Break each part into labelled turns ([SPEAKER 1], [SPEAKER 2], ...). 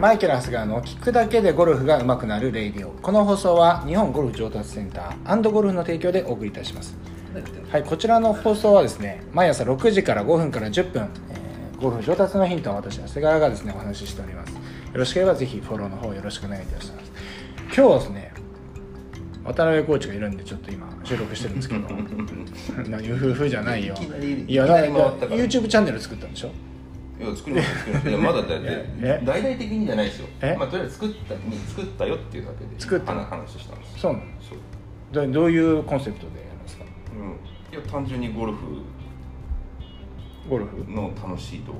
[SPEAKER 1] マイケル・ハスガーの聞くだけでゴルフが上手くなるレイディオこの放送は日本ゴルフ上達センターゴルフの提供でお送りいたしますはいこちらの放送はですね毎朝6時から5分から10分、えーゴルフ上達のヒントを私長谷川がですねお話ししておりますよろしければぜひフォローの方よろしくお願いいたします今日はですね渡辺コーチがいるんでちょっと今収録してるんですけど ないうふうふうじゃないよ
[SPEAKER 2] いきなり
[SPEAKER 1] いや
[SPEAKER 2] いきな
[SPEAKER 1] な
[SPEAKER 2] り
[SPEAKER 1] ん
[SPEAKER 2] 回
[SPEAKER 1] か
[SPEAKER 2] ったから
[SPEAKER 1] YouTube チャンネル作ったんでしょ
[SPEAKER 2] いや作りました 作りましたいやまだだっ
[SPEAKER 1] え
[SPEAKER 2] て大々的にじゃないですよ
[SPEAKER 1] え
[SPEAKER 2] まあとりあえず作った作ったよっていうだけで
[SPEAKER 1] 作った
[SPEAKER 2] 話話したんです
[SPEAKER 1] そうなの
[SPEAKER 2] そう
[SPEAKER 1] どどういうコンセプトでやるんですか
[SPEAKER 2] うんいや単純にゴルフ
[SPEAKER 1] ゴルフ
[SPEAKER 2] の楽しい動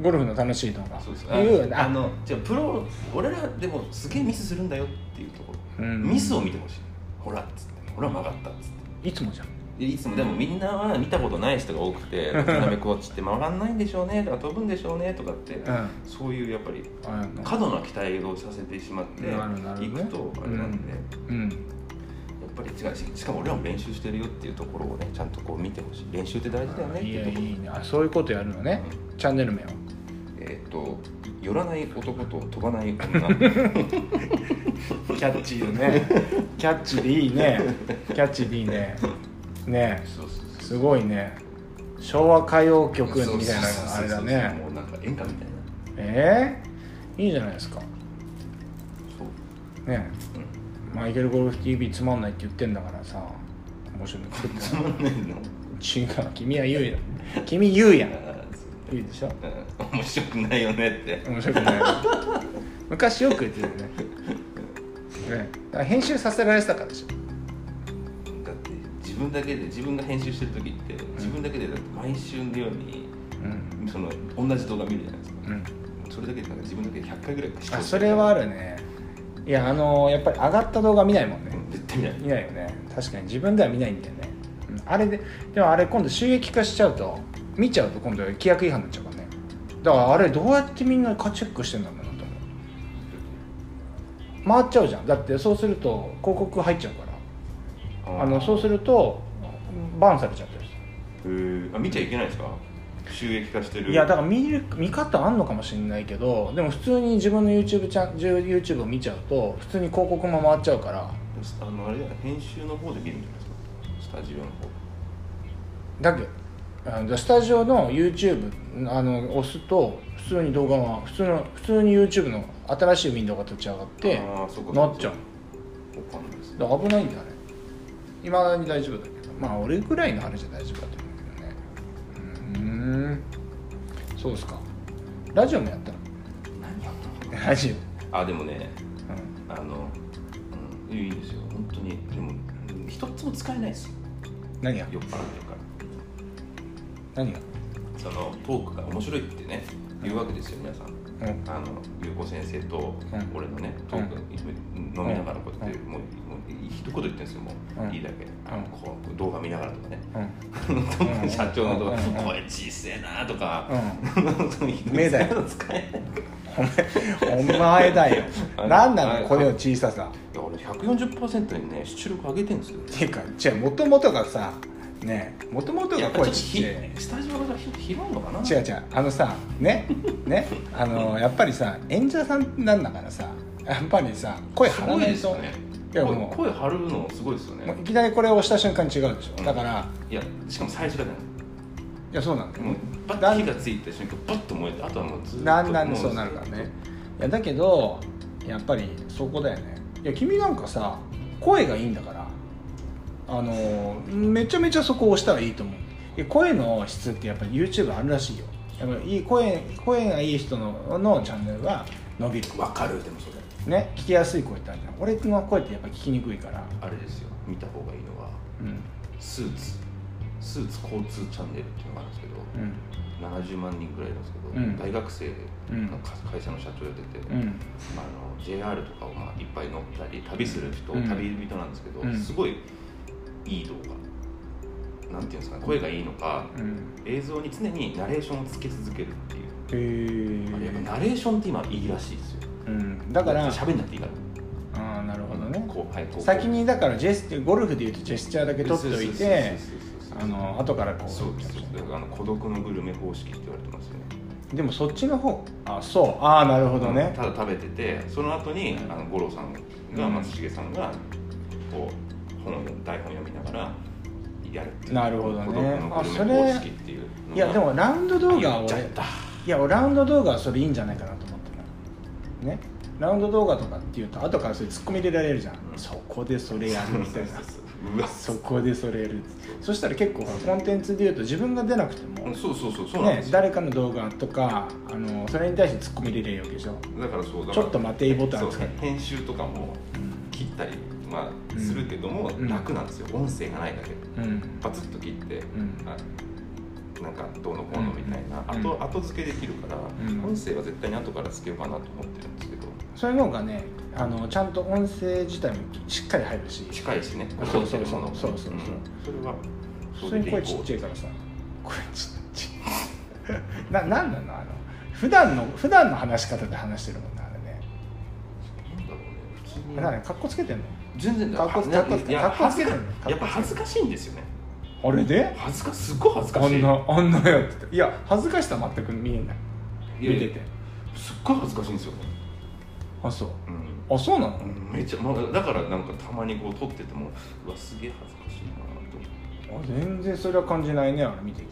[SPEAKER 1] ゴルフの楽しい動画
[SPEAKER 2] 画そうです
[SPEAKER 1] いう
[SPEAKER 2] あのじゃあプロ俺らでもすげえミスするんだよっていうところ、
[SPEAKER 1] うん
[SPEAKER 2] ミスを見てほしいほらっつってほら曲がったっつって
[SPEAKER 1] いつもじゃん
[SPEAKER 2] でいつもでもみんなは見たことない人が多くて渡辺コーチって曲がんないんでしょうねとか飛ぶんでしょうねとかって、
[SPEAKER 1] ん
[SPEAKER 2] そういうやっぱり
[SPEAKER 1] あの
[SPEAKER 2] 過度な期待をさせてしまって
[SPEAKER 1] なるほどなるほど
[SPEAKER 2] いくとあれなんで、や
[SPEAKER 1] うん
[SPEAKER 2] っぱり違うししかも俺らも練習してるよっていうところをねちゃんとこう見てほしい練習って大事だよねって
[SPEAKER 1] い
[SPEAKER 2] いう
[SPEAKER 1] や
[SPEAKER 2] ところ
[SPEAKER 1] いいねあそういうことやるのねチャンネル名を
[SPEAKER 2] えーっと寄らない男と飛ば ない女
[SPEAKER 1] キャッチーね キャッチーでいいねキャッチーでいいねね
[SPEAKER 2] そうそう
[SPEAKER 1] すごいね昭和歌謡曲みたい
[SPEAKER 2] そうそうそう
[SPEAKER 1] なあ
[SPEAKER 2] そう
[SPEAKER 1] れだね
[SPEAKER 2] もうなんか演歌みたいな
[SPEAKER 1] ええいいじゃないですか
[SPEAKER 2] そう
[SPEAKER 1] ね
[SPEAKER 2] うん
[SPEAKER 1] マイケルゴルフ TV つまんないって言ってんだからさ面白いの作っ
[SPEAKER 2] つまんないの
[SPEAKER 1] て違う君は言うやん君言うやん
[SPEAKER 2] あーそう
[SPEAKER 1] 言うでしょ
[SPEAKER 2] うん 面白くないよねって
[SPEAKER 1] 面白くない昔よく言ってたよねねだから編集させられてたからでしょ
[SPEAKER 2] だって自分だけで自分が編集してる時って自分だけでだって毎週のように
[SPEAKER 1] うん、
[SPEAKER 2] その同じ動画見るじゃないですか、
[SPEAKER 1] うん、
[SPEAKER 2] それだけでなんか自分だけで100回ぐらい視聴
[SPEAKER 1] あ
[SPEAKER 2] して
[SPEAKER 1] そ
[SPEAKER 2] る
[SPEAKER 1] れはあるねいやあのやっぱり上がった動画見ないもんね
[SPEAKER 2] うん絶対見ない
[SPEAKER 1] 見ないよね確かに自分では見ないんだよね、うんあれででもあれ今度収益化しちゃうと見ちゃうと今度規約違反になっちゃうからねだからあれどうやってみんなかチェックしてんだろうなと思う回っちゃうじゃんだってそうすると広告入っちゃうからあのそう
[SPEAKER 2] う
[SPEAKER 1] するとバンされちゃったりする
[SPEAKER 2] あ見ちゃいけないですか収益化してる
[SPEAKER 1] いやだから見る見方あんのかもしれないけどでも普通に自分の YouTube, チャン YouTube を見ちゃうと普通に広告も回っちゃうから
[SPEAKER 2] あのあれだよ編集の方で見るんじゃないですかスタジオの方
[SPEAKER 1] だけどあのスタジオの YouTube あの押すと普通に動画は普通の普通に YouTube の新しいウィンドウが立ち上がって
[SPEAKER 2] あーそうか
[SPEAKER 1] なっちゃう
[SPEAKER 2] そうかわかんないです
[SPEAKER 1] だから危ないんだあれいまだに大丈夫だけどまあ俺ぐらいのあれじゃ大丈夫だと思うけどねうーんそうですかラジオもやった
[SPEAKER 2] 何やった
[SPEAKER 1] のラジ
[SPEAKER 2] のあでもね
[SPEAKER 1] オ、うん、
[SPEAKER 2] あの、うん、いいですよ本当にでもうん一つも使えないですよ
[SPEAKER 1] 何が
[SPEAKER 2] 酔っ払ってるから
[SPEAKER 1] 何が
[SPEAKER 2] そのトークが面白いってね言うわけですよ皆さん
[SPEAKER 1] うん
[SPEAKER 2] あの優子先生と
[SPEAKER 1] うん
[SPEAKER 2] 俺のね、トーク
[SPEAKER 1] う
[SPEAKER 2] 飲みながらこうやって、もうもう一言言ってるんですよもう、
[SPEAKER 1] うん
[SPEAKER 2] いいだけ、あ
[SPEAKER 1] うん
[SPEAKER 2] のこう動画見ながらとかね
[SPEAKER 1] うんん
[SPEAKER 2] 社長の動
[SPEAKER 1] う
[SPEAKER 2] 画、
[SPEAKER 1] ん
[SPEAKER 2] 声小せえなとか、
[SPEAKER 1] う目
[SPEAKER 2] 目
[SPEAKER 1] だ
[SPEAKER 2] だ
[SPEAKER 1] よ
[SPEAKER 2] よ使えない
[SPEAKER 1] ん、お前だよ
[SPEAKER 2] あれ
[SPEAKER 1] 何な
[SPEAKER 2] あれ
[SPEAKER 1] のこの小ささ
[SPEAKER 2] いや俺140%にね出力上げてるんですよ
[SPEAKER 1] っていうかじゃあもともとがさねもともと
[SPEAKER 2] や
[SPEAKER 1] が声
[SPEAKER 2] っぱちょっと
[SPEAKER 1] ちっ
[SPEAKER 2] ひ
[SPEAKER 1] ちゃい
[SPEAKER 2] スタジオがひ広いのかな
[SPEAKER 1] 違う違うあのさねねあのやっぱりさ演者さんなんだからさやっぱりさ声
[SPEAKER 2] す
[SPEAKER 1] 張ら
[SPEAKER 2] ごい
[SPEAKER 1] ない
[SPEAKER 2] です
[SPEAKER 1] と
[SPEAKER 2] よね
[SPEAKER 1] いや
[SPEAKER 2] 声
[SPEAKER 1] もう
[SPEAKER 2] 声張るのすごいですよ
[SPEAKER 1] も
[SPEAKER 2] ね
[SPEAKER 1] ういきなりこれを押した瞬間に違うでし
[SPEAKER 2] う
[SPEAKER 1] ょ
[SPEAKER 2] ん
[SPEAKER 1] だから
[SPEAKER 2] いやしかも最初だから
[SPEAKER 1] いやそうなんだよ
[SPEAKER 2] もうバッと火がついた瞬間バッと燃えてあとはもうずっと
[SPEAKER 1] だんだん
[SPEAKER 2] も
[SPEAKER 1] そうなるからねいやだけどやっぱりそこだよねいや君なんかさ声がいいんだからあのめちゃめちゃそこを押したらいいと思ういや声の質ってやっぱり YouTube あるらしいよやっぱいい声声がいい人ののチャンネルは伸びる
[SPEAKER 2] わかるでもそれ
[SPEAKER 1] ね聞きやすい声ってあるじゃん俺の声ってやっぱ聞きにくいから
[SPEAKER 2] あれですよ見た方がいいのは
[SPEAKER 1] うん
[SPEAKER 2] スーツスーツ交通チャンネルっていうのがあるんですけど、
[SPEAKER 1] うん
[SPEAKER 2] 70万人ぐらいいるんですけど、
[SPEAKER 1] うん
[SPEAKER 2] 大学生
[SPEAKER 1] うん
[SPEAKER 2] のか会社の社長やってて、
[SPEAKER 1] うん
[SPEAKER 2] まあ、あの JR とかをまあいっぱい乗ったり旅する人、
[SPEAKER 1] うん
[SPEAKER 2] 旅人なんですけど、
[SPEAKER 1] うん
[SPEAKER 2] すごいいい動画なんていうんですかね声がいいのか、
[SPEAKER 1] うん
[SPEAKER 2] 映像に常にナレーションをつけ続けるっていう
[SPEAKER 1] へー
[SPEAKER 2] あれやっぱナレーションって今いいらしいですよ
[SPEAKER 1] うんだからあ
[SPEAKER 2] 喋んなくていいから
[SPEAKER 1] あーなるほどね
[SPEAKER 2] こうはいこう
[SPEAKER 1] 先にだからジェスチャーゴルフでいうとジェスチャーだけ取っておいて
[SPEAKER 2] そうそうそうそうそう
[SPEAKER 1] あの後からこう
[SPEAKER 2] そうですだからあの孤独のグルメ方式って言われてますよね
[SPEAKER 1] でもそっちの方あそうああなるほどね
[SPEAKER 2] ただ食べててその後にあの五郎さんが
[SPEAKER 1] うん
[SPEAKER 2] 松重さんがこう本を読む台本読みながらやるっていう
[SPEAKER 1] なるほどね
[SPEAKER 2] 孤独の
[SPEAKER 1] あ
[SPEAKER 2] グ
[SPEAKER 1] そ
[SPEAKER 2] ルメ
[SPEAKER 1] れ
[SPEAKER 2] 方式っていうのが
[SPEAKER 1] いやでもラウンド動画は
[SPEAKER 2] 言っちゃ
[SPEAKER 1] 俺
[SPEAKER 2] った
[SPEAKER 1] いやラウンド動画はそれいいんじゃないかなと思ってなねラウンド動画とかっていうと後からそれツッコミ入れられるじゃん、
[SPEAKER 2] うん
[SPEAKER 1] そこでそれやるみたいな
[SPEAKER 2] うわ
[SPEAKER 1] そこでそれやるそしたら結構ほらコンテンツでいうと自分が出なくても、
[SPEAKER 2] うんそうそうそうそうなんで
[SPEAKER 1] ね
[SPEAKER 2] す、よ
[SPEAKER 1] 誰かの動画とかあのそれに対してツッコミ入れれるわけでしょ、
[SPEAKER 2] だからそうだから
[SPEAKER 1] ちょっと待ていボタン
[SPEAKER 2] そう
[SPEAKER 1] 使って
[SPEAKER 2] 編集とかも切ったり、ま
[SPEAKER 1] うん
[SPEAKER 2] あ、するけども、
[SPEAKER 1] うん
[SPEAKER 2] 楽なんですよ音声がないだけで
[SPEAKER 1] うんうん
[SPEAKER 2] パツッと切って、
[SPEAKER 1] うん
[SPEAKER 2] あなんかどうのこうのみたいな、
[SPEAKER 1] うん
[SPEAKER 2] 後後付けできるから、
[SPEAKER 1] うん
[SPEAKER 2] 音声は絶対に後からつけようかなと思ってるんですけど
[SPEAKER 1] それの方がねあのちゃんと音声自体もしっかり入るし
[SPEAKER 2] 近いしね
[SPEAKER 1] そう
[SPEAKER 2] 残ってるもの
[SPEAKER 1] そうそうそうそう
[SPEAKER 2] それは
[SPEAKER 1] 普通に声ちっちゃいからさ声ちっちゃい ななんなのあの普段の普段の話し方で話してるもんなあれね
[SPEAKER 2] なんだろうね普通に
[SPEAKER 1] なんかねかっこつけてんの
[SPEAKER 2] 全然だ
[SPEAKER 1] かっこつ
[SPEAKER 2] いや
[SPEAKER 1] かっこつけ
[SPEAKER 2] いや
[SPEAKER 1] かっこつけてる
[SPEAKER 2] 恥ずかやっぱ恥ずかしいんですよね
[SPEAKER 1] あれで
[SPEAKER 2] 恥ずかすっごい恥ず
[SPEAKER 1] あ
[SPEAKER 2] かしい
[SPEAKER 1] んなあんなやってていや恥ずかしさ全く見えない
[SPEAKER 2] いや
[SPEAKER 1] 見てて
[SPEAKER 2] すっごい恥ずかしいんですよ、ね
[SPEAKER 1] あそう
[SPEAKER 2] う
[SPEAKER 1] あ
[SPEAKER 2] ん
[SPEAKER 1] そうなの
[SPEAKER 2] うんめっちゃ、まあ、だからなんかたまにこう撮っててもうわすげえ恥ずかしいなと思って
[SPEAKER 1] あ全然それは感じないねあれ見ててね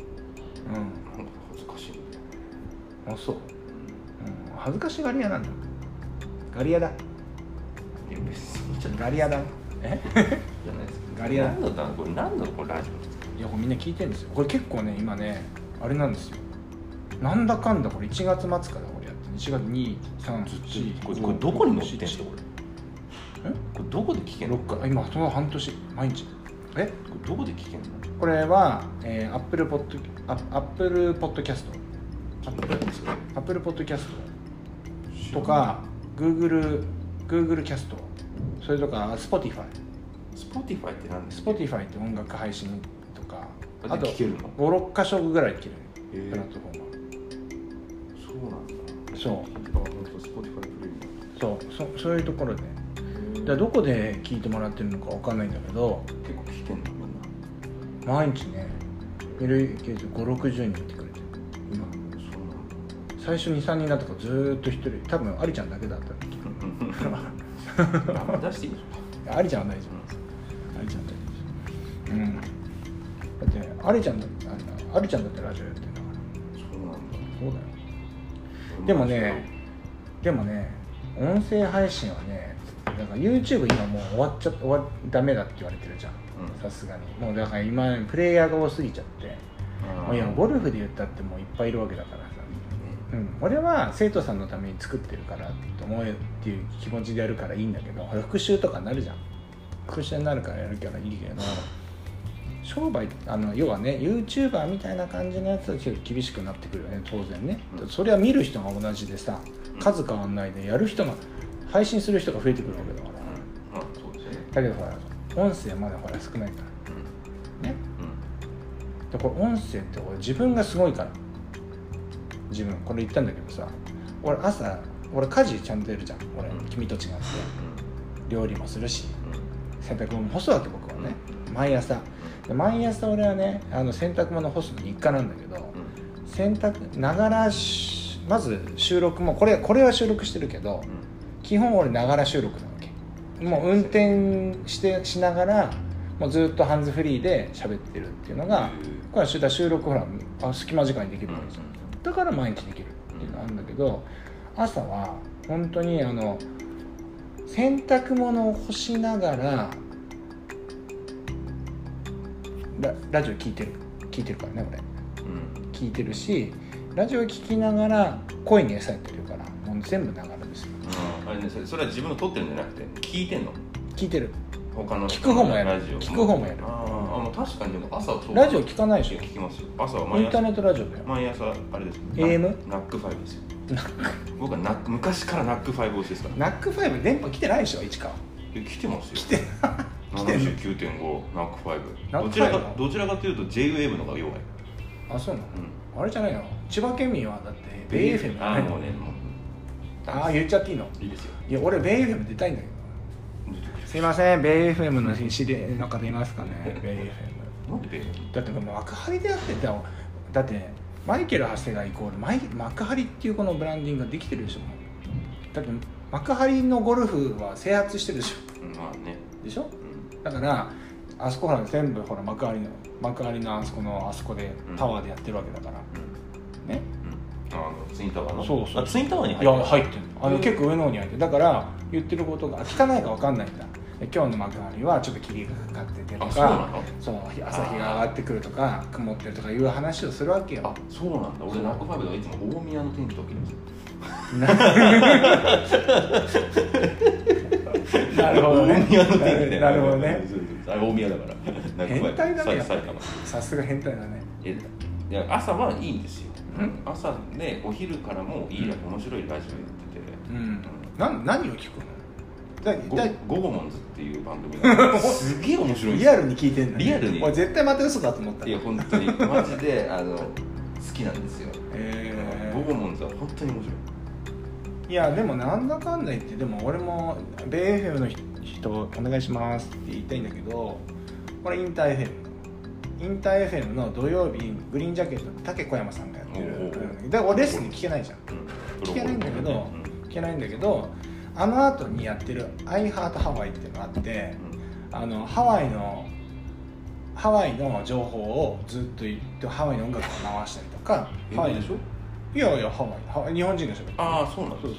[SPEAKER 2] なんか恥ずかしいんだよ
[SPEAKER 1] うんあそう、うん、恥ずかしがり屋なんだガリ屋だ
[SPEAKER 2] いや別にそうじゃない
[SPEAKER 1] ガリ屋だえ
[SPEAKER 2] じゃないですけど
[SPEAKER 1] ガリア
[SPEAKER 2] 何のだこれ何のこれラジオ
[SPEAKER 1] いやこれみんな聞いてるんですよこれ結構ね今ねあれなんですよなんだかんだこれ1月末からこれやってる1月2 3
[SPEAKER 2] ずっとこれ
[SPEAKER 1] 4
[SPEAKER 2] これどこに載ってんの
[SPEAKER 1] 7
[SPEAKER 2] これこれどこで聞けんの
[SPEAKER 1] 6回あ今その半年毎日え
[SPEAKER 2] これどこで聞けんの
[SPEAKER 1] これは、えー、Apple ポッドアップルポッドキャス
[SPEAKER 2] あこれですか
[SPEAKER 1] ト Apple ポッドキャストとか Google Google キャストそれとか Spotify
[SPEAKER 2] Spotify って何ですか
[SPEAKER 1] Spotify って音楽配信とかあと
[SPEAKER 2] 聞けるの
[SPEAKER 1] 56箇所ぐらいいける
[SPEAKER 2] へー
[SPEAKER 1] プラットフォームは
[SPEAKER 2] そうなんだ
[SPEAKER 1] そう
[SPEAKER 2] あ本当 Spotify プレミ
[SPEAKER 1] そうそそういうところで
[SPEAKER 2] アム
[SPEAKER 1] じゃあどこで聞いてもらってるのかわかんないんだけど
[SPEAKER 2] 結構聞いてんのみんな
[SPEAKER 1] 毎日ねいるケース560人見てくれてる今
[SPEAKER 2] そうなんだ
[SPEAKER 1] 最初23人だとかずーっと一人多分アリちゃんだけだったんだけ
[SPEAKER 2] 名前出していいんでし
[SPEAKER 1] どアリちゃんは大丈
[SPEAKER 2] ょうか
[SPEAKER 1] 夫アリちゃんは大丈夫うんだってアリちゃんだってあれだアリちゃんだってラジオやってんだから
[SPEAKER 2] そうなんだ
[SPEAKER 1] そうだよでもねでもね音声配信はねだから YouTube 今もう終わっちゃっ終わダメだって言われてるじゃん
[SPEAKER 2] うん
[SPEAKER 1] さすがにもうだから今プレイヤーが多すぎちゃってもう今ゴルフで言ったってもういっぱいいるわけだからさ、うん、俺は生徒さんのために作ってるからって思えっていう気持ちでやるからいいんだけどほら復習とかなるじゃん復習になるからやるからいいけど商売あの要はね YouTuber みたいな感じのやつは結構厳しくなってくるよね当然ね、
[SPEAKER 2] うん
[SPEAKER 1] それは見る人が同じでさ数変わんないでやる人が配信する人が増えてくるわけだから、
[SPEAKER 2] うんあそうですね
[SPEAKER 1] だけどほら音声まだほら少ないからね
[SPEAKER 2] う
[SPEAKER 1] でこれ音声って俺自分がすごいから自分これ言ったんだけどさ俺朝俺家事ちゃんとやるじゃん俺
[SPEAKER 2] うん
[SPEAKER 1] 君と違って
[SPEAKER 2] ん
[SPEAKER 1] 料理もするし洗濯物も干すわけ僕はね毎朝で毎朝俺はねあの洗濯物干すの日課なんだけど
[SPEAKER 2] うん
[SPEAKER 1] 洗濯ながらしまず収録もこれこれは収録してるけど基本俺ながら収録なわけもう運転してしながらもうずっとハンズフリーで喋ってるっていうのがこれは収収録ほらあ隙間時間にできるわけじゃんだから毎日できるっていうのがあるんだけど朝は本当にあの洗濯物を干しながらララジオ聞いてる聞いてるからね俺聞いてるしラジオ聞きながら声に餌やってるからもう全部ながらですよ
[SPEAKER 2] あれねそれそれは自分の撮ってるんじゃなくて聞いてんの
[SPEAKER 1] 聞いてる
[SPEAKER 2] 他の
[SPEAKER 1] 聞く方もやる
[SPEAKER 2] ラジオ
[SPEAKER 1] 聞く方もやる
[SPEAKER 2] あーあもう確かにでも朝はそう
[SPEAKER 1] ラジオ聞かないでし
[SPEAKER 2] いや
[SPEAKER 1] ょ
[SPEAKER 2] 聞きますよ朝は
[SPEAKER 1] イ
[SPEAKER 2] 毎
[SPEAKER 1] ンター
[SPEAKER 2] 朝
[SPEAKER 1] ネットラジオだよ
[SPEAKER 2] 毎朝あれです
[SPEAKER 1] AM
[SPEAKER 2] ナックファイブですよ僕はナック昔からナックファイブ推しですから
[SPEAKER 1] ナックファイブ電波来てないでしょ市川
[SPEAKER 2] え来てますよ来て79.5ナックファイブどちら
[SPEAKER 1] ナックファイ
[SPEAKER 2] か
[SPEAKER 1] ブ
[SPEAKER 2] どちらかというと JWAVE の方が弱い
[SPEAKER 1] あそうなの
[SPEAKER 2] うん
[SPEAKER 1] あれじゃないの千葉県民はだってベイ FM
[SPEAKER 2] あ
[SPEAKER 1] だ
[SPEAKER 2] あ
[SPEAKER 1] ね
[SPEAKER 2] もうねもう
[SPEAKER 1] ああ言っちゃっていいの
[SPEAKER 2] いいですよ
[SPEAKER 1] いや俺ベイ FM 出たいんだけどすいませんベイ FM の知り合いの方いますかねベイ FM
[SPEAKER 2] なんでベイ
[SPEAKER 1] だってもう幕張でやってただってマイケル長谷川イコールマイ幕張っていうこのブランディングができてるでしょもうだって幕張のゴルフは制圧してるでし
[SPEAKER 2] うんまあね、
[SPEAKER 1] ょでしょ
[SPEAKER 2] うん
[SPEAKER 1] だからあそこほら全部ほら幕張の幕張のあそこのあそこで
[SPEAKER 2] うん
[SPEAKER 1] タワーでやってるわけだから、ね
[SPEAKER 2] うん、あのツインタワーの
[SPEAKER 1] そうそう
[SPEAKER 2] あツインタワーに
[SPEAKER 1] い
[SPEAKER 2] 入って
[SPEAKER 1] や入ってるあの、
[SPEAKER 2] うん
[SPEAKER 1] 結構上の方に入ってるだから言ってることが聞かないか分かんないんだで今日の幕張はちょっと霧がかかっててと
[SPEAKER 2] あそうな
[SPEAKER 1] か
[SPEAKER 2] の
[SPEAKER 1] そう朝日が上がってくるとか曇ってるとかいう話をするわけよ
[SPEAKER 2] あそうなんだ俺ラックファイブがいつも大宮の天気と起きるんですよ
[SPEAKER 1] ななるほどね
[SPEAKER 2] 大宮の天気だよ
[SPEAKER 1] なるほどね
[SPEAKER 2] そうそうあれ大宮だからラックファ
[SPEAKER 1] 変
[SPEAKER 2] イブ
[SPEAKER 1] 態だねやっぱ
[SPEAKER 2] 埼
[SPEAKER 1] り
[SPEAKER 2] 玉
[SPEAKER 1] さすが変態だね
[SPEAKER 2] えいや朝はいいんですよ
[SPEAKER 1] うん
[SPEAKER 2] 朝ねお昼からもいいラジオ面白いラジオやってて
[SPEAKER 1] うんな何を聞くのだ
[SPEAKER 2] ゴ
[SPEAKER 1] だ
[SPEAKER 2] ゴゴモンズっていう番 組がすげえ面白いんです
[SPEAKER 1] リ
[SPEAKER 2] よ
[SPEAKER 1] アルに聞いてんの
[SPEAKER 2] リアルに
[SPEAKER 1] 俺絶対また嘘だと思った
[SPEAKER 2] いや本当にマジであの好きなんですよ
[SPEAKER 1] え
[SPEAKER 2] ゴゴモンズは本当に面白い
[SPEAKER 1] ー、いやでもなんだかんだ言ってでも俺も米 FM の人お願いしますって言いたいんだけどこれインター FM インター FM の土曜日グリーンジャケットの竹小山さんがやって
[SPEAKER 2] おうおう
[SPEAKER 1] るだから俺レッスンに聞けないじゃん
[SPEAKER 2] うん
[SPEAKER 1] 聞けないんだけど
[SPEAKER 2] うん
[SPEAKER 1] 聞けないんだけどあの後にやってる「iHeartHawaii」っていうのがあってあのハワイのハワイの情報をずっと言ってハワイの音楽を流したりとか
[SPEAKER 2] 英
[SPEAKER 1] ハ
[SPEAKER 2] 語
[SPEAKER 1] ワイ
[SPEAKER 2] でしょ
[SPEAKER 1] いやいやハワイハワイ日本人でしょ
[SPEAKER 2] ああそうなん
[SPEAKER 1] そ
[SPEAKER 2] だ
[SPEAKER 1] う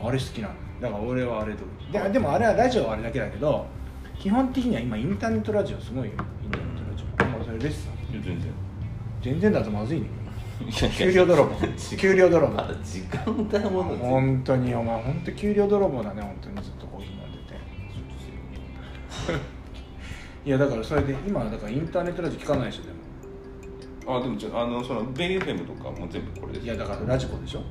[SPEAKER 1] そうあれ好きなんだだから俺はあれとででもあれはラジオはあれだけだけど基本的には今インターネットラジオすごいよインターネットラジオまあそれレッスン
[SPEAKER 2] いや全然
[SPEAKER 1] 全然だとまずいね
[SPEAKER 2] いや
[SPEAKER 1] 給
[SPEAKER 2] いや
[SPEAKER 1] 料泥 棒給料泥棒
[SPEAKER 2] まだ時間だもの
[SPEAKER 1] 本当にお前本当給料泥棒だね本当にずっとコーヒー飲んでていやだからそれで今はだからインターネットラジオ聞かないでしょでも
[SPEAKER 2] あでもちょあのそのベイエフェムとかも全部これです
[SPEAKER 1] いやだからラジコでしょ、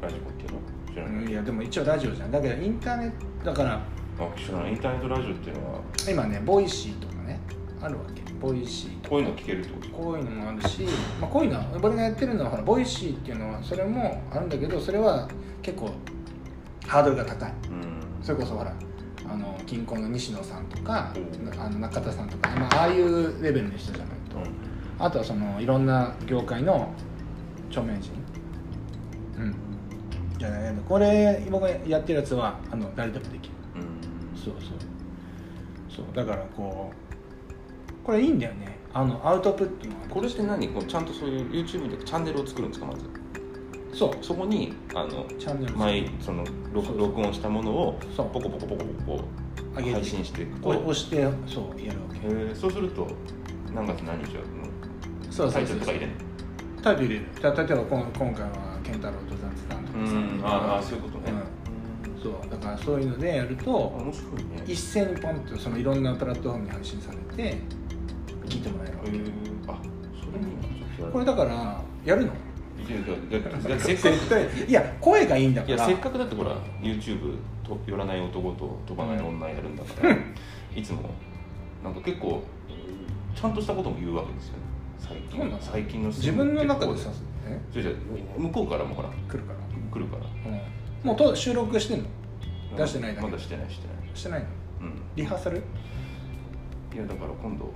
[SPEAKER 2] ラジコっていうの知ら
[SPEAKER 1] う
[SPEAKER 2] ない、
[SPEAKER 1] ん、いやでも一応ラジオじゃんだけどインターネットだから
[SPEAKER 2] あ知らないインターネットラジオっていうのは
[SPEAKER 1] 今ねボイシーとかねあるわけボイシーとか
[SPEAKER 2] こういうの聞けるってこと
[SPEAKER 1] こういうのもあるし、まあ、こういうのは俺がやってるのはほらボイシーっていうのはそれもあるんだけどそれは結構ハードルが高い
[SPEAKER 2] うん
[SPEAKER 1] それこそほらあの近郊の西野さんとか
[SPEAKER 2] うん
[SPEAKER 1] あの中田さんとか、まあ、ああいうレベルの人じゃないとあとはそのいろんな業界の著名人うんじゃないこれ僕がやってるやつはあの誰でもできる
[SPEAKER 2] うん
[SPEAKER 1] そうそうそうだからこうこれいいんだよねあのアウトプットの
[SPEAKER 2] これして何こうちゃんとそういう YouTube でチャンネルを作るんですかまず
[SPEAKER 1] そう
[SPEAKER 2] そこにあの
[SPEAKER 1] チャンネル
[SPEAKER 2] 前その録録音したものを
[SPEAKER 1] そう
[SPEAKER 2] ポコポコポコポコ
[SPEAKER 1] 上げて
[SPEAKER 2] 配信していく
[SPEAKER 1] こう
[SPEAKER 2] へ
[SPEAKER 1] 押してそうやるわけ
[SPEAKER 2] えそうすると何月何日は
[SPEAKER 1] そう
[SPEAKER 2] タ
[SPEAKER 1] そ
[SPEAKER 2] イ
[SPEAKER 1] う
[SPEAKER 2] ト
[SPEAKER 1] そ
[SPEAKER 2] ル
[SPEAKER 1] う
[SPEAKER 2] とか入れない
[SPEAKER 1] タイプ入れるた例えばこん今回は健太郎と雑談とかさ
[SPEAKER 2] うんああそういうことね
[SPEAKER 1] うんそうだからそういうのでやると
[SPEAKER 2] 面白いね
[SPEAKER 1] 一斉にポンとそのいろんなプラットフォームに配信されて聞いてもらえるわけ、
[SPEAKER 2] あそれにちょっと
[SPEAKER 1] これだからやるの
[SPEAKER 2] いやいやいやいやせっか
[SPEAKER 1] 絶対
[SPEAKER 2] く
[SPEAKER 1] いや声がいいんだ
[SPEAKER 2] い
[SPEAKER 1] か
[SPEAKER 2] や
[SPEAKER 1] ら
[SPEAKER 2] せっかくだってほら YouTube と寄らない男と飛ばない女やるんだ からいつもなんか結構ちゃんとしたことも言うわけですよね最
[SPEAKER 1] そうなの
[SPEAKER 2] 近最近の
[SPEAKER 1] 自分の中でさえ
[SPEAKER 2] それじゃ向こうからもほら
[SPEAKER 1] 来るから、
[SPEAKER 2] 来るから
[SPEAKER 1] うん、もうと収録してんの出してないだけ
[SPEAKER 2] まだしてないしてない
[SPEAKER 1] してないの
[SPEAKER 2] うん
[SPEAKER 1] リハーサル
[SPEAKER 2] いやだから今度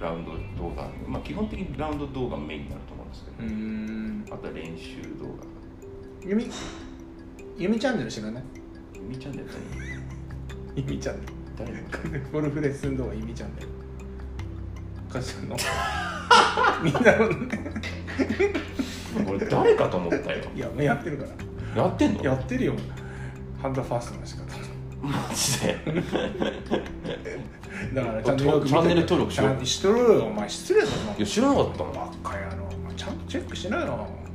[SPEAKER 2] ラウンド動画まあ基本的にラウンド動画メインになると思うんですけ
[SPEAKER 1] うーん
[SPEAKER 2] どあとは練習動画
[SPEAKER 1] ゆみゆみチャンネル知らない
[SPEAKER 2] みーちゃんだよね
[SPEAKER 1] ゆみチャンネル
[SPEAKER 2] 誰の
[SPEAKER 1] ゴルフレッスン動画ゆみチャンネルかしのみんなのね
[SPEAKER 2] 俺誰かと思ったよ
[SPEAKER 1] いややってるから
[SPEAKER 2] やってんの
[SPEAKER 1] やってるよハンドファーストの仕方
[SPEAKER 2] マジで
[SPEAKER 1] だからちゃんとよく見て
[SPEAKER 2] チャンネル登録しろ
[SPEAKER 1] ちゃんとしとるよお前失礼だぞ
[SPEAKER 2] いや知らなかったもん
[SPEAKER 1] バカ野郎お前ちゃんとチェックしないな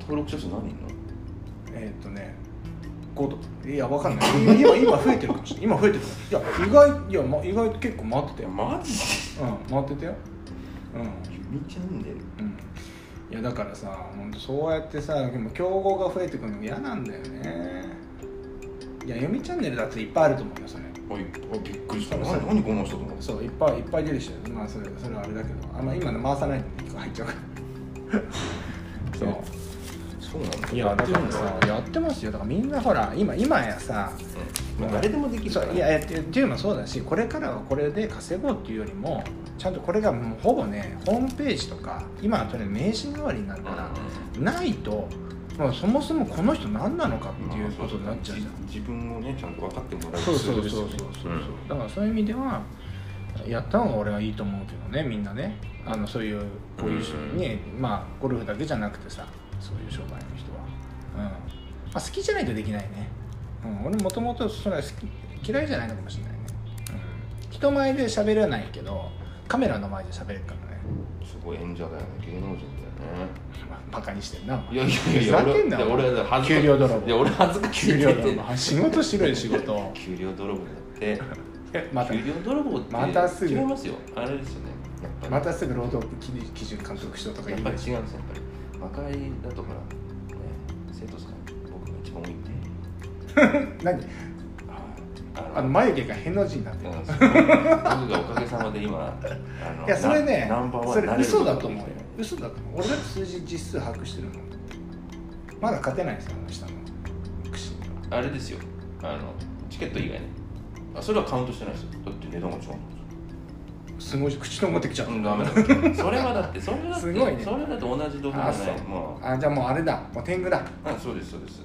[SPEAKER 2] 登録者数何人いんの
[SPEAKER 1] えーっとね5度いやわかんない今今今増えてるかもしれない今増えてるかもいや意外いや、ま、意外と結構回ってたよ
[SPEAKER 2] マジで
[SPEAKER 1] うん回ってたようん
[SPEAKER 2] 弓チャンネル
[SPEAKER 1] うんいやだからさ本当そうやってさでも競合が増えてくるの嫌なんだよねいや読みチャンネルだっていっぱいあると思うよそれ
[SPEAKER 2] おいおいびっくりした何何この人と思って
[SPEAKER 1] そういっぱいいっぱい出るしまあそれそれはあれだけどあんま今の回さないで1個入っちゃうから そう
[SPEAKER 2] そうなんだ
[SPEAKER 1] いやだから
[SPEAKER 2] や
[SPEAKER 1] さやってますよだからみんなほら今今やさ
[SPEAKER 2] ってんまあ誰でもできるから、
[SPEAKER 1] そういやいやっていうっていうのもそうだしこれからはこれで稼ごうっていうよりもちゃんとこれがもうほぼねホームページとか今はとにかく名刺代わりになる
[SPEAKER 2] うん
[SPEAKER 1] から、ないと、まあ、そもそもこの人何なのかっていうことになっちゃうじゃん
[SPEAKER 2] まあそうそう自分をねちゃんと分かってもらえる
[SPEAKER 1] そうそうそうそう
[SPEAKER 2] ツールですよね
[SPEAKER 1] そう、だからそういう意味ではやった方が俺はいいと思うけどねみんなねあのそういうこういう人にね、まあゴルフだけじゃなくてさそういう商売の人は、うんまあ、好きじゃないとできないね、うん、俺もともとそれは好き嫌いじゃないのかもしれないね、うん、人前で喋らないけどカメラの前で喋るからね、
[SPEAKER 2] すごい演者だよね芸能人だよね
[SPEAKER 1] まあ、バカにしてんなお前
[SPEAKER 2] いやいやいや
[SPEAKER 1] ふざけんな
[SPEAKER 2] 俺いや俺恥ずか
[SPEAKER 1] 給料泥棒
[SPEAKER 2] いや俺恥ずかしい
[SPEAKER 1] 給料だもん仕事しろよ仕事
[SPEAKER 2] 給料泥棒だって
[SPEAKER 1] また
[SPEAKER 2] 給料泥棒って
[SPEAKER 1] またすぐ
[SPEAKER 2] 違いますよあれですよねやっぱり
[SPEAKER 1] またすぐ労働基準監督しろとか
[SPEAKER 2] や
[SPEAKER 1] 言
[SPEAKER 2] っ
[SPEAKER 1] う
[SPEAKER 2] ぱ
[SPEAKER 1] で
[SPEAKER 2] り
[SPEAKER 1] しょ
[SPEAKER 2] 違うんですよやっぱり和解だとほらね生徒さん僕が一番多いんで
[SPEAKER 1] 何あの眉毛がへの字になってる
[SPEAKER 2] うんそう僕がおかげさまで今あの
[SPEAKER 1] いやそれね
[SPEAKER 2] なナンバーワン
[SPEAKER 1] そ
[SPEAKER 2] に
[SPEAKER 1] れ
[SPEAKER 2] なれる
[SPEAKER 1] 嘘だと思う
[SPEAKER 2] こ
[SPEAKER 1] よ嘘だと思う俺だって数字実数把握してるもんまだ勝てないですからね下の串には
[SPEAKER 2] とであれですよあのチケット以外ねあそれはカウントしてないですよだって値段が違うんですよ
[SPEAKER 1] すごい口と思ってきちゃった、
[SPEAKER 2] うんダメだってそれはだってそれはだって
[SPEAKER 1] すごいね
[SPEAKER 2] それはだって同じ動画
[SPEAKER 1] あ
[SPEAKER 2] じゃ
[SPEAKER 1] そ
[SPEAKER 2] ないもう
[SPEAKER 1] うあじゃあもうあれだもう天狗だ
[SPEAKER 2] あそうですそうです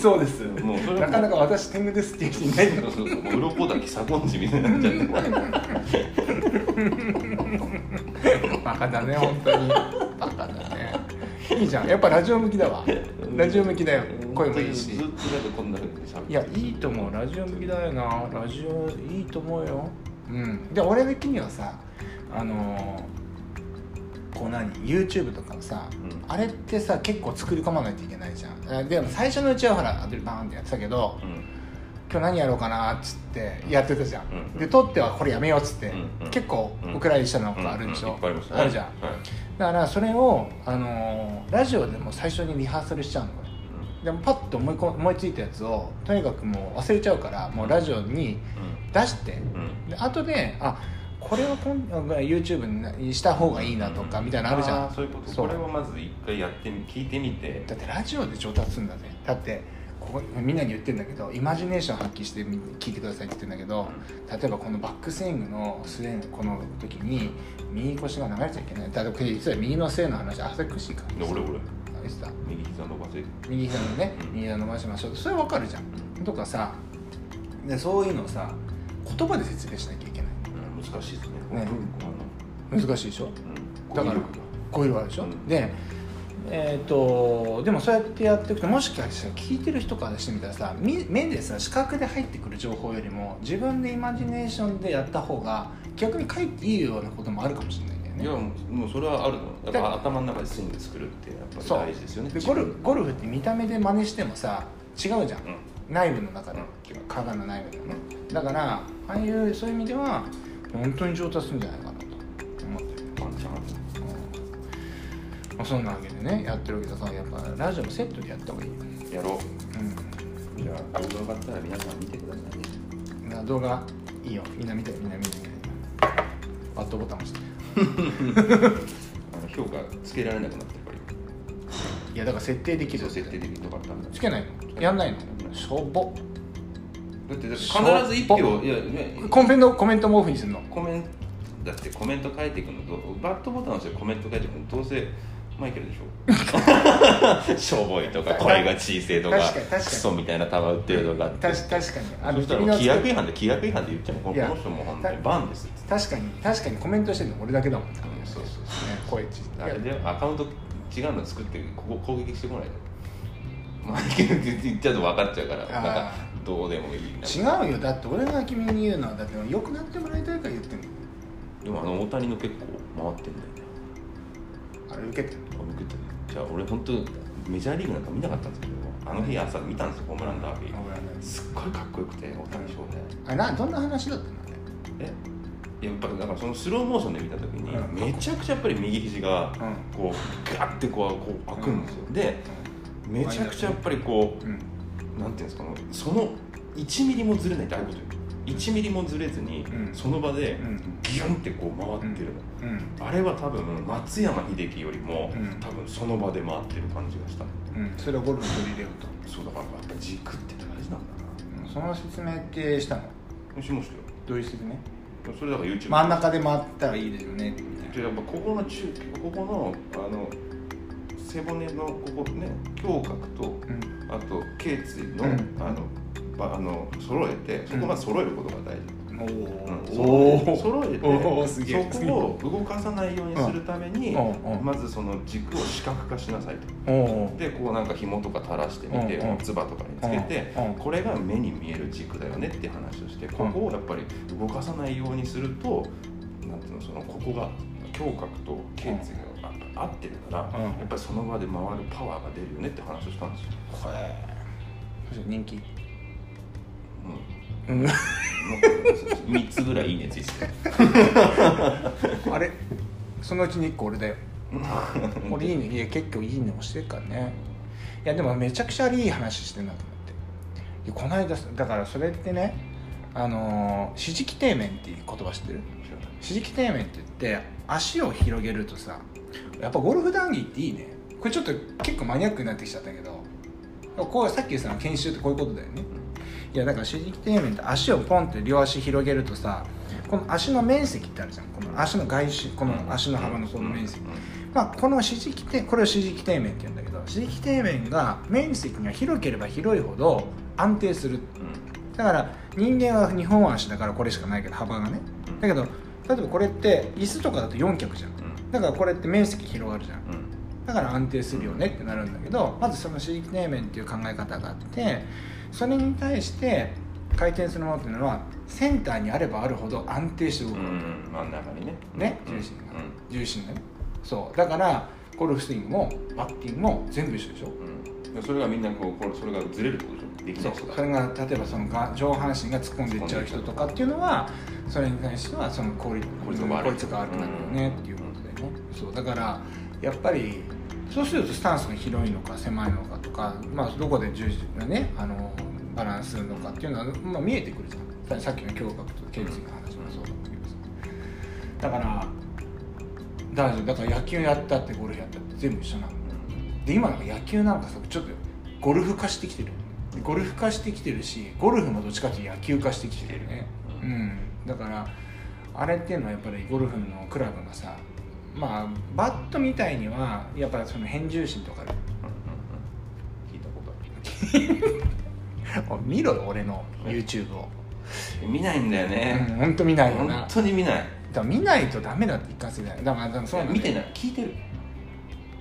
[SPEAKER 1] そうです
[SPEAKER 2] もう それは
[SPEAKER 1] なかなか私天狗ですっていう人いないんだ
[SPEAKER 2] そうそうそうもう鱗だけサゴンジみたいになっちゃって これ
[SPEAKER 1] バカだね本当にバカだねいいじゃんやっぱラジオ向きだわラジオ向きだよ声もいいし
[SPEAKER 2] ずっとだってこんなふうに喋って
[SPEAKER 1] いやいいと思うラジオ向きだよなラジオいいと思うようんで俺的にはさあのーこう何 YouTube とかさ、
[SPEAKER 2] うん
[SPEAKER 1] あれってさ結構作り込まないといけないじゃんあでも最初のうちはほらアドリブバーンってやってたけど
[SPEAKER 2] うん
[SPEAKER 1] 今日何やろうかなっつってやってたじゃん、
[SPEAKER 2] うん
[SPEAKER 1] で撮ってはこれやめようっつって、
[SPEAKER 2] うんうん
[SPEAKER 1] 結構
[SPEAKER 2] うん
[SPEAKER 1] お蔵入りしたのがあるんでしょ、
[SPEAKER 2] いっぱいありますね
[SPEAKER 1] るじゃん、
[SPEAKER 2] はい
[SPEAKER 1] だからそれを、あのーラジオでも最初にリハーサルしちゃうのよでもパッと思いこ思いついたやつをとにかくもう忘れちゃうからもうラジオに出して
[SPEAKER 2] うんうん
[SPEAKER 1] で後であこれはこん YouTube にした方がいいなとかみたいなのあるじゃ
[SPEAKER 2] ー
[SPEAKER 1] ん
[SPEAKER 2] そういうこと
[SPEAKER 1] そう
[SPEAKER 2] これはまず一回やってみ聞いてみて
[SPEAKER 1] だってラジオで上達するんだぜだってここみんなに言ってんだけどイマジネーション発揮してみ聞いてくださいって言ってんだけど例えばこのバックスイングのスイングこの時に右腰が流れちゃいけないだってこれ実は右のせいの話あそれしいか
[SPEAKER 2] で俺俺
[SPEAKER 1] あいつだ
[SPEAKER 2] 右膝伸ばせる
[SPEAKER 1] 右膝のね
[SPEAKER 2] うん
[SPEAKER 1] 右膝伸ばしましょうそれわかるじゃんとかさでそういうのをさ言葉で説明しなきゃいけない
[SPEAKER 2] うん難しいですね
[SPEAKER 1] ね
[SPEAKER 2] うん
[SPEAKER 1] 難しいでしょ
[SPEAKER 2] うん
[SPEAKER 1] だから
[SPEAKER 2] 語彙力
[SPEAKER 1] こういうのあるでしょ、
[SPEAKER 2] うん
[SPEAKER 1] でえっ、とでもそうやってやっていくともしかしたら聞いてる人からしてみたらさみ目でさ視覚で入ってくる情報よりも自分でイマジネーションでやった方が逆に書いていいようなこともあるかもしれないんだよ
[SPEAKER 2] がい
[SPEAKER 1] ね
[SPEAKER 2] やもうもうそれはあるのや
[SPEAKER 1] だ
[SPEAKER 2] っ
[SPEAKER 1] から
[SPEAKER 2] ぱ頭の中でスイング作るってやっぱり大事ですよね
[SPEAKER 1] でゴル
[SPEAKER 2] 自
[SPEAKER 1] フゴルフって見た目で真似してもさ違うじゃん
[SPEAKER 2] 分うん
[SPEAKER 1] 内部の中で
[SPEAKER 2] うん
[SPEAKER 1] 加賀の内部でねだからああいうそういう意味では本当に上達するんじゃないかなと思ってる
[SPEAKER 2] ワンチャンある
[SPEAKER 1] うんまあ、そんなわけでねやってるわけだからやっぱラジオもセットでやった方がいいよね
[SPEAKER 2] やろ
[SPEAKER 1] う
[SPEAKER 2] うじゃあ動画上がったら皆さん見てくださいね
[SPEAKER 1] んだから動画いいよみんな見てみんな見てバットボタン押して
[SPEAKER 2] あの評価つけられなくなってるから
[SPEAKER 1] いやだから設定でき
[SPEAKER 2] 今
[SPEAKER 1] る
[SPEAKER 2] そう設定できるとかったんだ
[SPEAKER 1] つけないのやんないのしょぼ
[SPEAKER 2] だってだって必ず一
[SPEAKER 1] しょっ
[SPEAKER 2] 票いやね
[SPEAKER 1] コンペントコメントもオフにするの
[SPEAKER 2] コメントだってコメント書いていくのとバットボタン押してコメント書いていくのどうせマイケルでし ょしょぼいとか声が小せえとか
[SPEAKER 1] 確かに確か
[SPEAKER 2] ク
[SPEAKER 1] に
[SPEAKER 2] ソみたいな球打ってるとかって
[SPEAKER 1] 確確かにあ
[SPEAKER 2] そ
[SPEAKER 1] の
[SPEAKER 2] したら
[SPEAKER 1] 君
[SPEAKER 2] もう
[SPEAKER 1] の
[SPEAKER 2] 規約違反で規約違反で言っちゃうもう
[SPEAKER 1] い
[SPEAKER 2] こ
[SPEAKER 1] や
[SPEAKER 2] の人も本当にバンですって
[SPEAKER 1] 確かに確かにコメントしてるの俺だけだもんね
[SPEAKER 2] そうそうそ
[SPEAKER 1] 声ちっち
[SPEAKER 2] う
[SPEAKER 1] ゃ
[SPEAKER 2] あ
[SPEAKER 1] い
[SPEAKER 2] れでアカウント違うの作ってここ攻撃してこないでマイケルって言っちゃうと分かっちゃうから
[SPEAKER 1] あ
[SPEAKER 2] な
[SPEAKER 1] ー
[SPEAKER 2] んかどうでもいいな
[SPEAKER 1] 違うよだって俺が君に言うのはだって良くなってもらいたいから言ってんの
[SPEAKER 2] でもあの大谷の結構回ってんだよね
[SPEAKER 1] あれ受けてる
[SPEAKER 2] あ僕ってじゃあ俺本当メジャーリーグなんか見なかったんですけどあの日朝見たんですよホームランダービーすっごいかっこよくて大谷翔平
[SPEAKER 1] あれなどんな話だったのあれ
[SPEAKER 2] えいややっぱだからそのスローモーションで見た時
[SPEAKER 1] うん
[SPEAKER 2] にめちゃくちゃやっぱり右肘が
[SPEAKER 1] うん
[SPEAKER 2] こうガッてこうこう開くんですよでめちゃくちゃやっぱりこ
[SPEAKER 1] うん
[SPEAKER 2] うなんていうんですかもうその1ミリもずれないってああいうことよ1ミリもずれずに、
[SPEAKER 1] うん
[SPEAKER 2] その場で
[SPEAKER 1] うん
[SPEAKER 2] ギュンってこう回ってるの、
[SPEAKER 1] うん
[SPEAKER 2] あれは多分松山英樹よりも、
[SPEAKER 1] うん
[SPEAKER 2] 多分その場で回ってる感じがした
[SPEAKER 1] うんそれをゴルフに取り入れようと、
[SPEAKER 2] そうだからやっぱ軸って大事なんだ
[SPEAKER 1] うんその説明ってしたの
[SPEAKER 2] なしましたよ
[SPEAKER 1] どういう説明
[SPEAKER 2] それだから YouTube
[SPEAKER 1] 真ん中で回ったらいいですよねみたいな
[SPEAKER 2] でやっぱここの中ここのあの背骨のここね胸郭と
[SPEAKER 1] うん
[SPEAKER 2] あと頸椎の、
[SPEAKER 1] うん
[SPEAKER 2] あのばあの揃えてそこまで揃えることが大事、
[SPEAKER 1] お
[SPEAKER 2] うん
[SPEAKER 1] ー
[SPEAKER 2] 揃え
[SPEAKER 1] おーすげ
[SPEAKER 2] て
[SPEAKER 1] え
[SPEAKER 2] そこを動かさないようにするために、
[SPEAKER 1] うんうん
[SPEAKER 2] まずその軸を視覚化しなさいと
[SPEAKER 1] おお
[SPEAKER 2] でこうなんか紐とか垂らしてみて、
[SPEAKER 1] うんうん
[SPEAKER 2] つばとかにつけて、
[SPEAKER 1] うんうん
[SPEAKER 2] これが目に見える軸だよねって話をしてここをやっぱり動かさないようにするとなんていうのそのここが胸郭と頸椎が合ってるから、
[SPEAKER 1] うん
[SPEAKER 2] やっぱりその場で回るパワーが出るよねって話をしたんですよ、
[SPEAKER 1] これ人気
[SPEAKER 2] うん
[SPEAKER 1] うん
[SPEAKER 2] 3つぐらいいいねついてた
[SPEAKER 1] あれそのうちに1個俺だよ俺いいねいや結構いいね押してるからねいやでもめちゃくちゃいい話してんなと思っていやこの間だからそれってねあのー四軸底面っていう言葉知ってる四軸底面って言って足を広げるとさやっぱゴルフ談義っていいねこれちょっと結構マニアックになってきちゃったけどこうさっき言ったの研修ってこういうことだよねいやだから主軸底面って足をポンって両足広げるとさこの足の面積ってあるじゃんこの足の外周この足の幅のこの面積、まあ、この四軸底これを四軸底面って言うんだけど四軸底面が面積が広ければ広いほど安定するだから人間は2本足だからこれしかないけど幅がねだけど例えばこれって椅子とかだと4脚じゃんだからこれって面積広がるじゃんだから安定するよねってなるんだけどまずその刺激底面っていう考え方があってそれに対して回転するものっていうのはセンターにあればあるほど安定して動く、
[SPEAKER 2] 真ん中にね
[SPEAKER 1] ね
[SPEAKER 2] うん
[SPEAKER 1] 重心が、重心がねそうだからゴルフスイングもバッティングも全部一緒でしょ
[SPEAKER 2] うんうんそれがみんなこうこれそれがずれるってことでしょでき
[SPEAKER 1] そ
[SPEAKER 2] な
[SPEAKER 1] う
[SPEAKER 2] い人
[SPEAKER 1] それが例えばそのが上半身が突っ込んでいっちゃう人とかっていうのはそれに対してはその効率
[SPEAKER 2] 効率が悪い
[SPEAKER 1] 効率が悪くなるよねっていうことでね、そうだからやっぱりそうするとスタンスが広いのか狭いのかとか、まあ、どこで重視がねあのバランスするのかっていうのは、まあ、見えてくるじゃんさっきの胸郭と頸椎の話もそうだったけどさだから大丈夫だから野球やったってゴルフやったって全部一緒なので今なんか野球なんかさちょっとゴルフ化してきてるでゴルフ化してきてるしゴルフもどっちかっていうと野球化してきてるねう
[SPEAKER 2] うん
[SPEAKER 1] だからあれっていうのはやっぱりゴルフのクラブがさまあバットみたいにはやっぱその変重心とかで
[SPEAKER 2] 聞いたこと あ
[SPEAKER 1] おい見ろよ俺の YouTube を、
[SPEAKER 2] る見ないんだよ
[SPEAKER 1] うん、
[SPEAKER 2] ね
[SPEAKER 1] ほんと見ないよな
[SPEAKER 2] 本当に見ない
[SPEAKER 1] だから見ないとダメだって一貫性だよだからだからそうなんだよ
[SPEAKER 2] 見てない聞いてる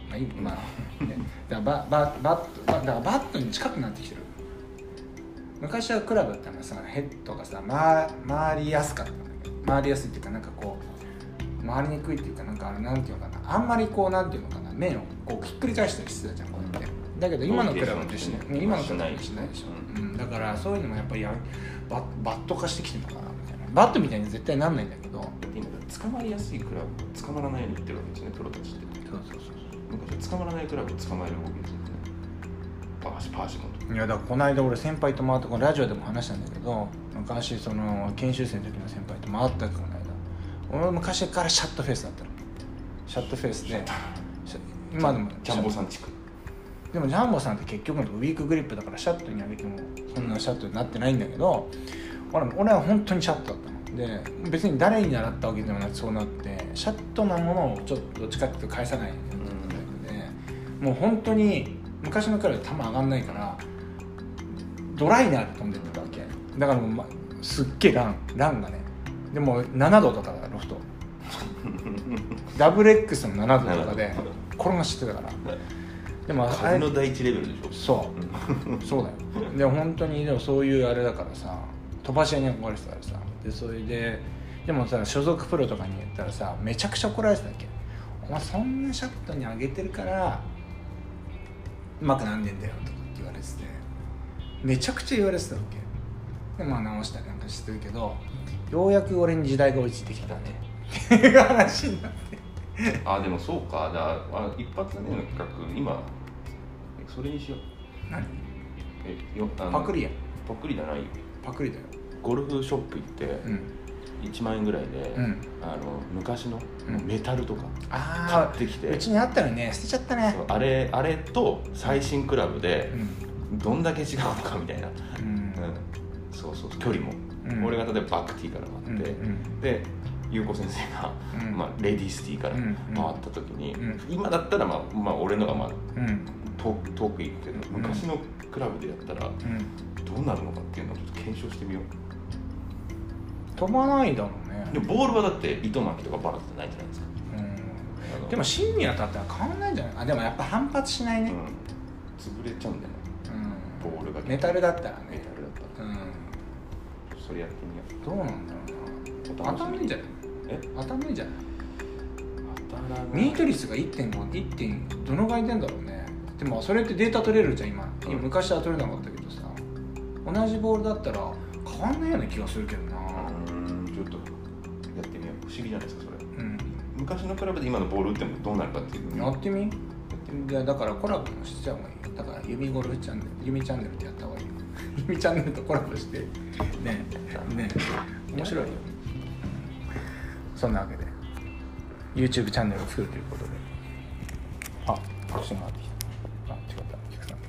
[SPEAKER 1] まあいいまあねだからバババットバだからバットに近くなってきてる昔はクラブってのはさヘッドがさ、ま、回りやすかったんだけど回りやすいっていうかなんかこう回りにくいっていうかなんかあれなんていうのかなあんまりこうなんていうのかな面をこうひっくり返したりしてたじゃんこうやってだけど今のクラブってしない、
[SPEAKER 2] うん
[SPEAKER 1] 今のクラブってしないでしょ、うん、だからそういうのもやっぱりやババット化してきてるのかなみたいなバットみたいに絶対なんないんだけど
[SPEAKER 2] 今捕まりやすいクラブ捕まらないように言ってるわけですねプロたちって
[SPEAKER 1] そうそうそう
[SPEAKER 2] 昔捕まらないクラブを捕まえるわけですよねパーシパーシモンとか
[SPEAKER 1] いやだからこの間俺先輩と回ったこのラジオでも話したんだけど昔その研修生の時の先輩と回ったこの間俺昔からシャットフェイスだったのシャットフェイスでシャ今でも
[SPEAKER 2] ジャンボさん地区
[SPEAKER 1] でもジャンボさんって結局のとこウィークグリップだからシャットに上げてもそんなシャットになってないんだけど俺俺は本当にシャットだったので別に誰に習ったわけでもなくそうなってシャットなものをちょっとどっちかっていうと返さないようになったタイプで、もう本当に昔のクラブで球上がんないからドライナーで飛んでってたわけだからもう、ますっげえランランがねでも7度とかだロ フトダブル X の7度とかで転がしてたからでもあ
[SPEAKER 2] 風
[SPEAKER 1] れ
[SPEAKER 2] の第一レベルでしょ
[SPEAKER 1] そうそうだよで本当にでもそういうあれだからさ飛ばし屋に憧れてたからさでそれででもさ所属プロとかに言ったらさめちゃくちゃ怒られてたっけお前そんなシャットに上げてるからうまくなんねえんだよとかって言われててめちゃくちゃ言われてたわけでまあ直したりなんかしてるけどようやく俺に時代が追いついてきたねっていう話になって
[SPEAKER 2] あでもそうかだあ一発目の企画今えそれにしよう
[SPEAKER 1] 何
[SPEAKER 2] えよあの
[SPEAKER 1] パクリや
[SPEAKER 2] パクリじゃないよ
[SPEAKER 1] パクリだよ
[SPEAKER 2] ゴルフショップ行って
[SPEAKER 1] うん
[SPEAKER 2] 1万円ぐらいで、
[SPEAKER 1] うん
[SPEAKER 2] あの昔の
[SPEAKER 1] うん
[SPEAKER 2] メタルとか買
[SPEAKER 1] あ
[SPEAKER 2] ってきて、
[SPEAKER 1] あうちにあったのにね捨てちゃったね
[SPEAKER 2] そうあれあれと最新クラブで
[SPEAKER 1] うん
[SPEAKER 2] どんだけ違うのかみたいな、
[SPEAKER 1] うん
[SPEAKER 2] うん、そうそう距離も、
[SPEAKER 1] うん
[SPEAKER 2] 俺が例えばバックティーから
[SPEAKER 1] う
[SPEAKER 2] 回
[SPEAKER 1] ん
[SPEAKER 2] って、で優子先生が、
[SPEAKER 1] うん
[SPEAKER 2] まあ、レディースティーから
[SPEAKER 1] うん
[SPEAKER 2] 回った時に、
[SPEAKER 1] うん
[SPEAKER 2] 今だったら、まあまあ、俺のがまあ
[SPEAKER 1] うん
[SPEAKER 2] 遠く遠く行くけど
[SPEAKER 1] うん
[SPEAKER 2] 昔のクラブでやったらど
[SPEAKER 1] うん
[SPEAKER 2] うなるのかっていうのをちょっと検証してみよう
[SPEAKER 1] 飛ばないだろう
[SPEAKER 2] で
[SPEAKER 1] ね
[SPEAKER 2] もボールはだって糸巻きとかバラってないじゃないですか
[SPEAKER 1] うん
[SPEAKER 2] あの
[SPEAKER 1] でも芯に当たったら変わんないんじゃないあでもやっぱ反発しないうね
[SPEAKER 2] ん、潰れちゃうんだよね
[SPEAKER 1] うん
[SPEAKER 2] ボールが
[SPEAKER 1] メタルだったら
[SPEAKER 2] メ
[SPEAKER 1] ね
[SPEAKER 2] タルだった
[SPEAKER 1] うん
[SPEAKER 2] らそれやってみよう
[SPEAKER 1] どうなんだろうな当たんないんじゃない
[SPEAKER 2] え
[SPEAKER 1] 当たんないんじゃない
[SPEAKER 2] 当たらない
[SPEAKER 1] ミート率が1.5 1点どのぐらい出んだろうねでもそれってデータ取れるじゃん今
[SPEAKER 2] うん
[SPEAKER 1] 今昔は取れなかったけどさ同じボールだったら変わんないような気がするけどな
[SPEAKER 2] うんちょっとやってみよう不思議じゃないですかそれ
[SPEAKER 1] うん
[SPEAKER 2] 昔のクラブで今のボール打ってもどうなるかっていうの
[SPEAKER 1] や
[SPEAKER 2] を
[SPEAKER 1] ってみいやだからコラボもしちゃうもんよだから弓ゴルフチャンネル弓チャンネルってやった方がいい よ弓チャンネルとコラボしてねえねえ面白いよそんなわけで YouTube チャンネルを作るということであこっちに回ってきたあ違った菊さん、ま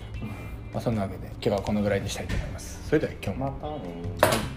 [SPEAKER 1] あ、そんなわけで今日はこのぐらいにしたいと思いますそれでは今日も
[SPEAKER 2] またね